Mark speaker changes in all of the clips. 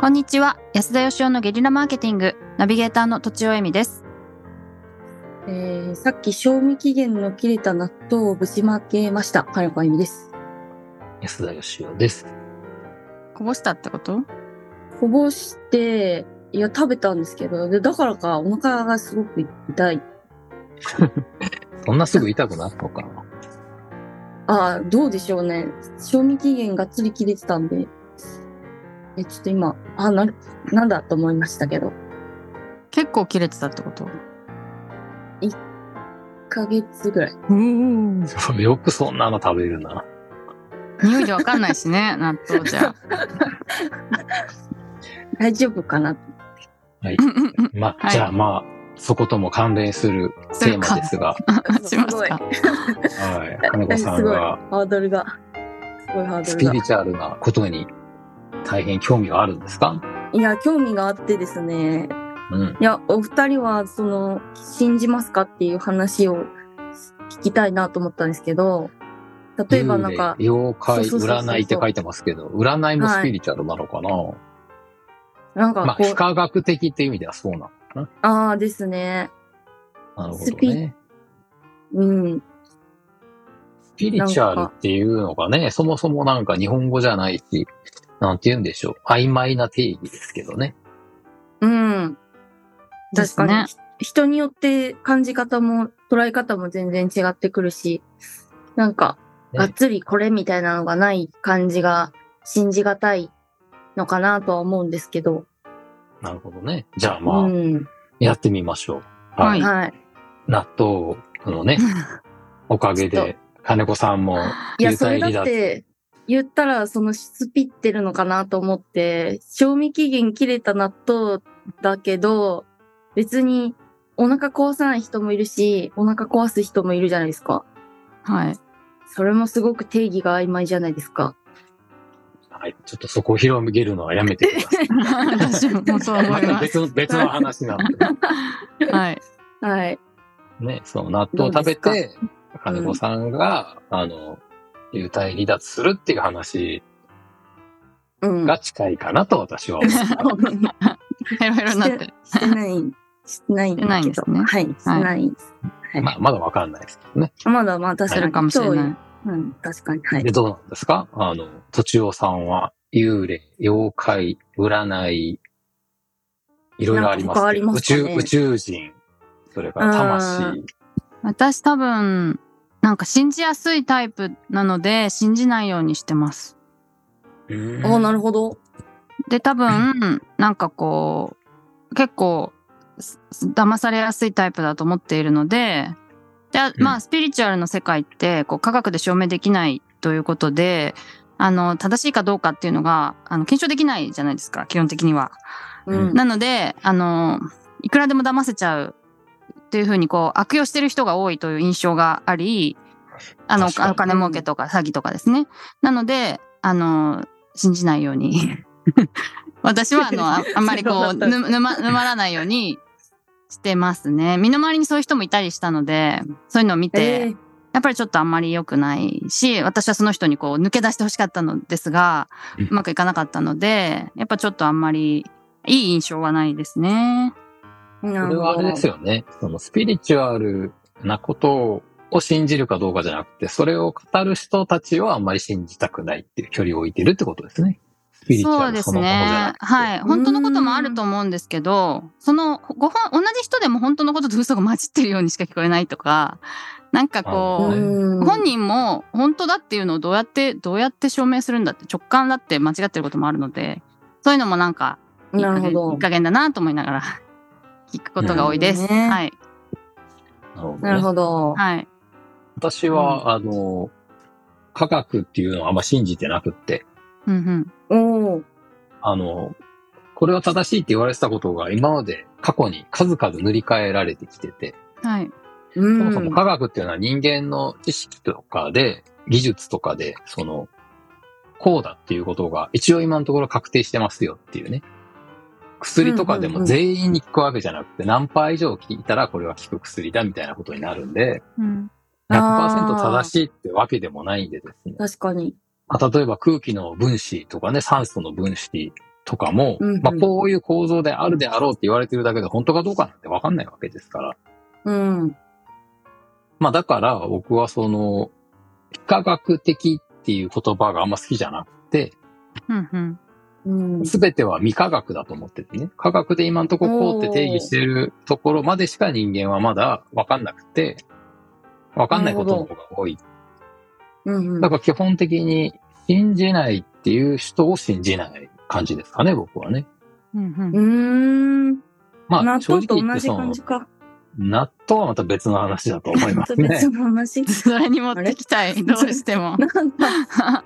Speaker 1: こんにちは安田義雄のゲリラマーケティングナビゲーターの土地尾恵美です
Speaker 2: えー、さっき賞味期限の切れた納豆をぶちまけました。金子あゆみです。
Speaker 3: 安田義雄です。
Speaker 1: こぼしたってこと
Speaker 2: こぼして、いや、食べたんですけど、でだからか、お腹がすごく痛い。
Speaker 3: そんなすぐ痛くなったのか な
Speaker 2: ああ、どうでしょうね。賞味期限がっつり切れてたんで、え、ちょっと今、あ、な、なんだと思いましたけど、
Speaker 1: 結構切れてたってこと
Speaker 2: 1ヶ月ぐらい。
Speaker 1: うん
Speaker 3: そうよくそんなの食べるな。
Speaker 1: 匂いでわかんないし ね納豆じゃ
Speaker 2: 大丈夫かな
Speaker 3: はい。
Speaker 1: うんうんうん
Speaker 3: まあ、
Speaker 1: はい
Speaker 3: じゃあまあ、そことも関連するテーマです が、
Speaker 1: しますか
Speaker 3: はい。金子さん
Speaker 2: すごい、
Speaker 3: が
Speaker 2: ハードルが、すごいハー
Speaker 3: ス
Speaker 2: ド
Speaker 3: ピ
Speaker 2: ル
Speaker 3: リチュアルなことに大変興味があるんですか
Speaker 2: が。いや、興味があってですね、
Speaker 3: うん。
Speaker 2: いや、お二人は、その、信じますかっていう話を聞きたいなと思ったんですけど、例えばなんか、
Speaker 3: 幽霊妖怪、
Speaker 2: そうそうそうそう
Speaker 3: 占いって書いてますけど、占いもスピリチュアルなのかな、
Speaker 2: なん
Speaker 3: ま
Speaker 2: か
Speaker 3: あ、
Speaker 2: こ
Speaker 3: 非
Speaker 2: う、
Speaker 3: 科学的っていう意味ではそうなのかな
Speaker 2: ああですね。
Speaker 3: なるほ
Speaker 2: ス
Speaker 3: ど
Speaker 2: ピ
Speaker 3: ね。
Speaker 2: うん。
Speaker 3: スピリチュアルっていうのがね、そもそもなんか日本語じゃないし、なんて言うんでしょう。曖昧な定義ですけどね。
Speaker 2: うん。確かに、
Speaker 1: です
Speaker 2: 人によって感じ方も、捉え方も全然違ってくるし、なんか、
Speaker 3: ね
Speaker 2: がっつりこれみたいなのがない感じが、信じがたいのかなとは思うんですけど、
Speaker 3: なるほどね。じゃあまあ、
Speaker 2: うん。
Speaker 3: やってみましょう。
Speaker 1: はい
Speaker 2: はい。
Speaker 3: 納豆のね、おかげ
Speaker 2: ちょっ
Speaker 3: で、金子さんも、
Speaker 2: いや、
Speaker 3: 幽
Speaker 2: そ
Speaker 3: 体
Speaker 2: れだ
Speaker 3: 離脱
Speaker 2: って、言ったら、その、スピってるのかなと思って、賞味期限切れた納豆だけど、別に、お腹壊さない人もいるし、お腹壊す人もいるじゃないですか。
Speaker 1: はい
Speaker 2: それもすごく定義が曖昧じゃないですか。
Speaker 3: はい、ちょっとそこを広げるのはやめ てください。
Speaker 1: 私もそう思
Speaker 3: ま
Speaker 1: い
Speaker 3: た
Speaker 1: ます
Speaker 3: 別の、別の話なんで
Speaker 1: はい
Speaker 2: はい。
Speaker 3: ね。その納豆を食べ
Speaker 2: どう
Speaker 3: て、金子さんが、あの、幽体離脱するっていう話
Speaker 2: うん。
Speaker 3: が近いかなと私は思う。
Speaker 1: ヘロヘロになってる
Speaker 2: してない、してないんだ
Speaker 1: し
Speaker 2: けど。
Speaker 1: てないんですね
Speaker 2: はい、してないです。はい
Speaker 3: まあ、まだわかんないですけどね。
Speaker 2: まだまあ、確
Speaker 1: す
Speaker 2: かに。
Speaker 1: るかもしれない
Speaker 2: そううん、確かに。はい
Speaker 3: で、。どうなんですかあの、とちおさんは、幽霊、妖怪、占い、いろいろあります
Speaker 2: なんか他あ
Speaker 3: け
Speaker 2: り
Speaker 3: ど、
Speaker 2: ま
Speaker 3: 宇
Speaker 2: すかね
Speaker 3: 宙、宇宙人、それから
Speaker 2: あ
Speaker 3: 魂
Speaker 2: ー、
Speaker 1: 私多分なんか信じやすいタイプなので信じないようにしてます
Speaker 3: うん
Speaker 2: おなるほど。
Speaker 1: で多分なんかこう結構す騙されやすいタイプだと思っているのでであま
Speaker 3: う
Speaker 1: あスピリチュアルの世界ってこう科学で証明できないということであの正しいかどうかっていうのがあの検証できないじゃないですか基本的には。
Speaker 2: うん。
Speaker 1: なのであのいくらでも騙せちゃうっていうふうにこう悪用してる人が多いという印象がありあのお
Speaker 3: 確かに
Speaker 1: お金儲けとか詐欺とかですね。なのであの信じないように 私はあのああんまりこう
Speaker 2: そうな
Speaker 1: ぬ沼沼らないようにしてますね。身の回りにそういう人もいたりしたのでそういうのを見て。
Speaker 2: えー
Speaker 1: やっぱりちょっとあんまり良くないし、私はその人にこう抜け出してほしかったのですが、
Speaker 3: うん
Speaker 1: うまくいかなかったので、やっぱちょっとあんまりいい印象はないですね。
Speaker 2: な
Speaker 3: それ
Speaker 2: る
Speaker 3: は
Speaker 2: ほ
Speaker 3: あれです
Speaker 2: ど。
Speaker 3: よね。そのスピリチュアルなことを信じるかどうかじゃなくて、それを語る人たちはあんまり信じたくないっていう距離を置いてるってことですね。スピリチュ
Speaker 1: そう
Speaker 3: アル
Speaker 1: で
Speaker 3: そ
Speaker 1: す
Speaker 3: のものじゃな
Speaker 1: ね
Speaker 3: く。て。
Speaker 1: はい。本当のこともあると思うんですけど、そのご本、同じ人でも本当のことと嘘が混じってるようにしか聞こえないとか、なんかこ
Speaker 3: あ
Speaker 1: う、
Speaker 2: うん
Speaker 1: 本人も本当だっていうのをどうやって、どうやって証明するんだって直感だって間違ってることもあるので、そういうのもなんかいい
Speaker 2: な
Speaker 1: 加
Speaker 2: るほ
Speaker 1: 減い
Speaker 2: ど
Speaker 1: い。加減だなと思いながら聞くことが多いです。
Speaker 2: なるほどね
Speaker 1: はい。
Speaker 3: なるほどね
Speaker 2: なるほど。
Speaker 1: はい。
Speaker 3: 私は、あの、科学っていうのはあんま信じてなくって、
Speaker 1: うんうん。
Speaker 2: おー
Speaker 3: あの、これは正しいって言われてたことが今まで過去に数々塗り替えられてきてて、
Speaker 1: はい。
Speaker 2: うん。
Speaker 3: そもそも科学っていうのは人間の知識とかで、技術とかで、その、こうだっていうことが一応今のところ確定してますよっていうね。薬とかで
Speaker 2: うんうんう
Speaker 3: も
Speaker 2: ん
Speaker 3: 全員に効くわけじゃなくて、何パー以上効いたらこれは効く薬だみたいなことになるんで、
Speaker 1: うん。
Speaker 3: 100%正しいってわけでもないんでですね。
Speaker 2: 確かに。
Speaker 3: まあ例えば空気の分子とかね、酸素の分子とかも、
Speaker 2: うんうん
Speaker 3: まあ、こういう構造であるであろうって言われてるだけで、本当かどうかなんてわかんないわけですから。
Speaker 2: うん。
Speaker 3: まあ、だから僕はその、非科学的っていう言葉があんま好きじゃなくて、
Speaker 1: うんうん。
Speaker 2: うん。
Speaker 3: すべては未科学だと思っててね。科学で今んとここうって定義してるところまでしか人間はまだわかんなくて、わかんないことの方が多い。
Speaker 2: うん。
Speaker 3: だから基本的に信じないっていう人を信じない感じですかね、僕はね。
Speaker 1: うんうん
Speaker 2: うーん。
Speaker 3: まあ、
Speaker 2: 納
Speaker 3: 正
Speaker 2: 豆と
Speaker 3: 直言っ
Speaker 2: 同
Speaker 3: て
Speaker 2: じ
Speaker 3: そ
Speaker 2: 感
Speaker 3: の
Speaker 2: じ、か。
Speaker 3: 納豆はまた別の話だと思います ね
Speaker 2: 別。の話。
Speaker 1: それに持ってき たい、どうしても。
Speaker 2: なんか、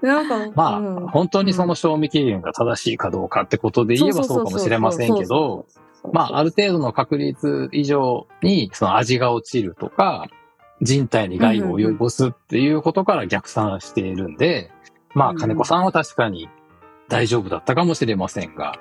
Speaker 2: なんか、
Speaker 3: まあ、
Speaker 2: うん
Speaker 3: 本当にその賞味期限が正しいかどうかってことで言えばそうかもしれませんけど、、まあ、あ
Speaker 2: る、
Speaker 3: る程度の確率以上に、その味が落ちるとか、人体に害を及ぼすっていうことから逆算しているんで、ま
Speaker 2: う
Speaker 3: あ、
Speaker 2: ん
Speaker 3: 金子さんは確かに大丈夫だったかもしれませんが、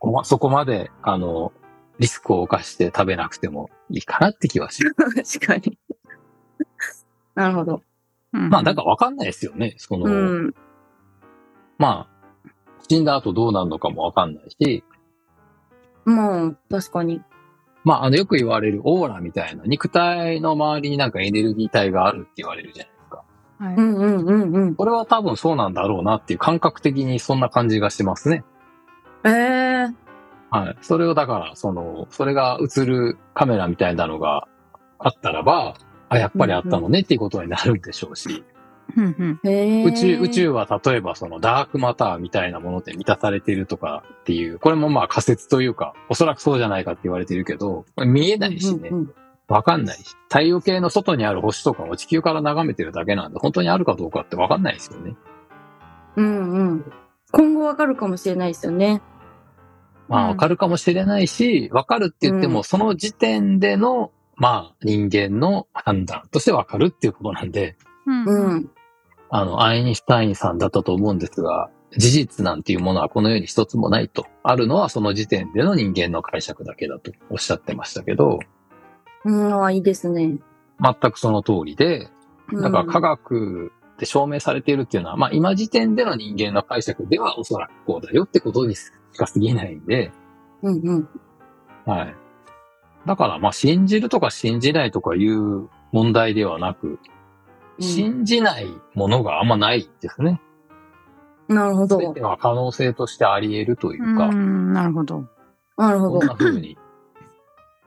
Speaker 3: こまそこまで、あの、リスクを冒して食べなくてもいいかなって気はします。
Speaker 2: 確かに。なるほど。
Speaker 3: まあ、だ
Speaker 1: か
Speaker 3: からわかんないですよね。その、
Speaker 2: うん。
Speaker 3: まあ、死んだ後どうなるのかもわかんないし、
Speaker 2: まあ、確かに。、
Speaker 3: まあ、あの、よく言われるオーラみたいな、肉体の周りになんかエネルギー体があるって言われるじゃないですか。
Speaker 1: ら、はいう
Speaker 2: んうんうんうん。
Speaker 3: これは多分そうなんだろうなっていう感覚的にそんな感じがしますね。
Speaker 2: ええー。
Speaker 3: はい。それをだから、その、それが映るカメラみたいなのがあったらば、あ、やっぱりあったのねっていうことになるんでしょうし、
Speaker 1: うんうん
Speaker 2: へー
Speaker 3: 宇宙、宇宙は例えばそのダークマターみたいなもので満たされてるとかっていう、これもまあ仮説というか、おそらくそうじゃないかって言われてるけど、見えないしね
Speaker 2: う、んうん
Speaker 3: わかんないし、太陽系の外にある星とかを地球から眺めてるだけなんで、本当にあるかどうかってわかんないですよね。
Speaker 2: うんうん。今後わかるかもしれないですよね。
Speaker 1: う
Speaker 3: まあ、
Speaker 1: ん
Speaker 3: わかるかもしれないし、わかるって言って
Speaker 2: う
Speaker 3: も、その時点での、まあ、人間の判断としてわかるっていうことなんで、
Speaker 1: うん
Speaker 2: う
Speaker 1: うん
Speaker 2: ん。
Speaker 3: あの、アインシュタインさんだったと思うんですが、事実なんていうものはこの世に一つもないと。あるのはその時点での人間の解釈だけだとおっしゃってましたけど、
Speaker 2: うん、あいいですね。
Speaker 3: 全くその通りで、
Speaker 2: うん
Speaker 3: なんか科学で証明されているっていうのは、まあ今時点での人間の解釈ではおそらくこうだよってことにしか過ぎないんで、
Speaker 2: うんうん。
Speaker 3: はい。だからまあ信じるとか信じないとかいう問題ではなく、
Speaker 2: うん
Speaker 3: 信じないものがあんまないですね。
Speaker 2: なるほ
Speaker 3: す
Speaker 2: ど。
Speaker 3: べては可能性としてあり得るといううか、
Speaker 1: んなるほど。
Speaker 2: なるほ
Speaker 3: こん
Speaker 2: ど。
Speaker 3: な風に。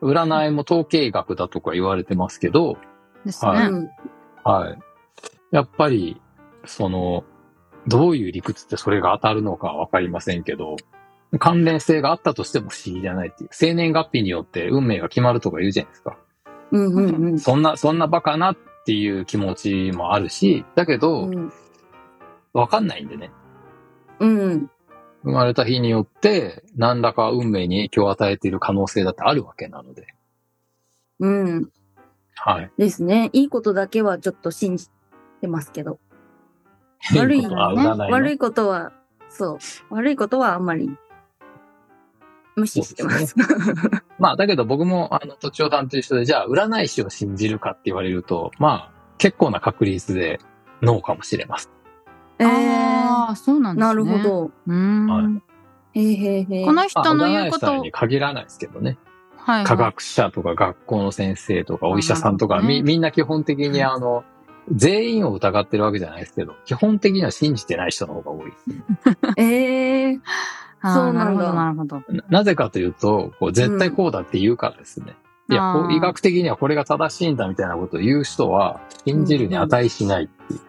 Speaker 3: 占いも統計学だとか言われてますけど、
Speaker 1: です
Speaker 3: は
Speaker 1: ね。
Speaker 2: うん
Speaker 3: はい。やっぱり、その、どういう理屈ってそれが当たるのかわかりませんけど、関連性があったとしても不思議じゃないっていう。生年月日によって運命が決まるとか言うじゃないですか。
Speaker 2: うんうん
Speaker 3: そんな、そんなバカなっていう気持ちもあるし、だけ
Speaker 2: う
Speaker 3: ど、
Speaker 2: ん。
Speaker 3: わかんないんでね。
Speaker 2: うん。
Speaker 3: 生まれた日によって、何らか運命に影響を与えている可能性だってあるわけなので。
Speaker 2: うん。
Speaker 3: はい。
Speaker 2: ですね。いいことだけはちょっと信じてますけど。悪い
Speaker 3: とは占いの
Speaker 2: 悪いことは、そう。悪いことはあんまり無視してます。
Speaker 3: まあ、だけど僕も、あの、土地をさんと一緒で、じゃあ、占い師を信じるかって言われると、まあ、結構な確率で、ノーかもしれません。
Speaker 2: え
Speaker 1: ああ、そうなん
Speaker 2: ー、
Speaker 1: ですね。
Speaker 2: なるほ。ど。
Speaker 1: うん。
Speaker 3: はい
Speaker 2: へーへーへー
Speaker 1: この
Speaker 3: まあ、
Speaker 1: 人の言
Speaker 3: 占
Speaker 1: う
Speaker 3: い
Speaker 1: こ
Speaker 3: 師
Speaker 1: と
Speaker 3: さんに限らないですけどね。
Speaker 1: はいはい
Speaker 3: 科学者とか学校の先生とかお医者さんと
Speaker 1: あ
Speaker 3: か、
Speaker 1: なるほどね
Speaker 3: み、みんな基本的に、あの、全員を疑ってるわけじゃないですけど、基本的には信じてない人の方が多い。
Speaker 2: えー、
Speaker 1: あー
Speaker 2: そうなんだ
Speaker 1: るほど、なるほど。
Speaker 3: ななぜかというと、こう、絶対こうだって言うからですね。いや、こ
Speaker 1: あ
Speaker 3: う
Speaker 1: ー
Speaker 3: 医学的にはこれが正しいんだみたいなことを言う人は、信じるに値しないっていう。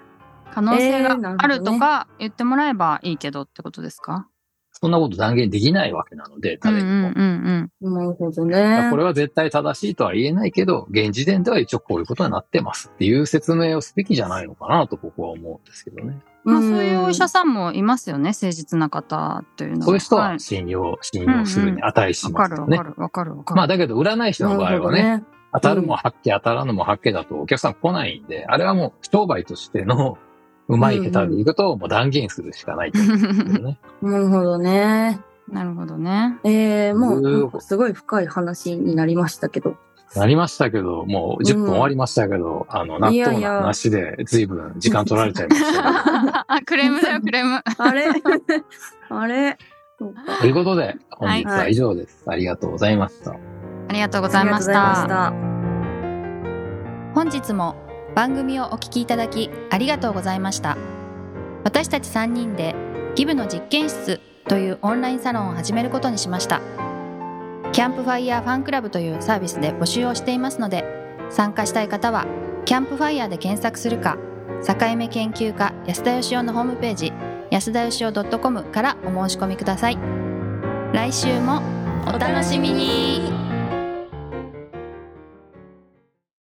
Speaker 1: 可能性
Speaker 2: え
Speaker 1: が
Speaker 2: ーなるほどね
Speaker 1: あるとか言ってもらえばいいけどってことですか
Speaker 3: そんなこと断言できないわけなので、
Speaker 1: うんう
Speaker 3: 誰
Speaker 1: んう
Speaker 3: にも。
Speaker 1: んうん。
Speaker 2: なるほど
Speaker 3: だから
Speaker 2: ね
Speaker 3: こ。れは絶対正しいとは言えないけど、現時点では一応こういうことになってますっていう説明をすべきじゃないのかなと僕は思うんですけどね。
Speaker 1: まあそういうお医者
Speaker 2: さ
Speaker 1: さんもいますよね、誠実な方というのは。
Speaker 3: そういう人
Speaker 1: い
Speaker 3: は信用、信用するに値し
Speaker 1: わか
Speaker 3: ます
Speaker 1: る
Speaker 3: よ
Speaker 1: わ
Speaker 3: ね。
Speaker 1: かるわかるわかる。
Speaker 3: まあだけど占い師の場合はね、
Speaker 2: なる
Speaker 3: 当たるも八卦、当たらぬも八卦だとお客さん来ないんで、あれはもう商売としてのうまい下手でいくともう断言するしかないと思うんですけどね。
Speaker 2: ほどね。なるほどね。
Speaker 1: なるほどね。
Speaker 2: えー、もう、
Speaker 3: うー
Speaker 2: なんかすごい深い話になりましたけど。
Speaker 3: なりましたけど、もう10分終わりましたけど、あの、納
Speaker 2: いや
Speaker 3: 豆
Speaker 2: い
Speaker 3: の
Speaker 2: や
Speaker 3: 話で随分時間取られちゃいましたけど。
Speaker 1: あ、クレームだよ、クレーム。
Speaker 2: あれあれ
Speaker 3: ということで、本日は以上です。ありがとうございました。
Speaker 1: ありがとうご
Speaker 2: ご
Speaker 1: ざいました。
Speaker 2: た。
Speaker 1: 本日も番組をお聞きいただきありがとうございました私たち3人でギブの実験室というオンラインサロンを始めることにしましたキャンプファイヤーファンクラブというサービスで募集をしていますので参加したい方はキャンプファイヤーで検索するか境目研究家安田義雄のホームページ安田義雄 .com からお申し込みください来週もお楽しみに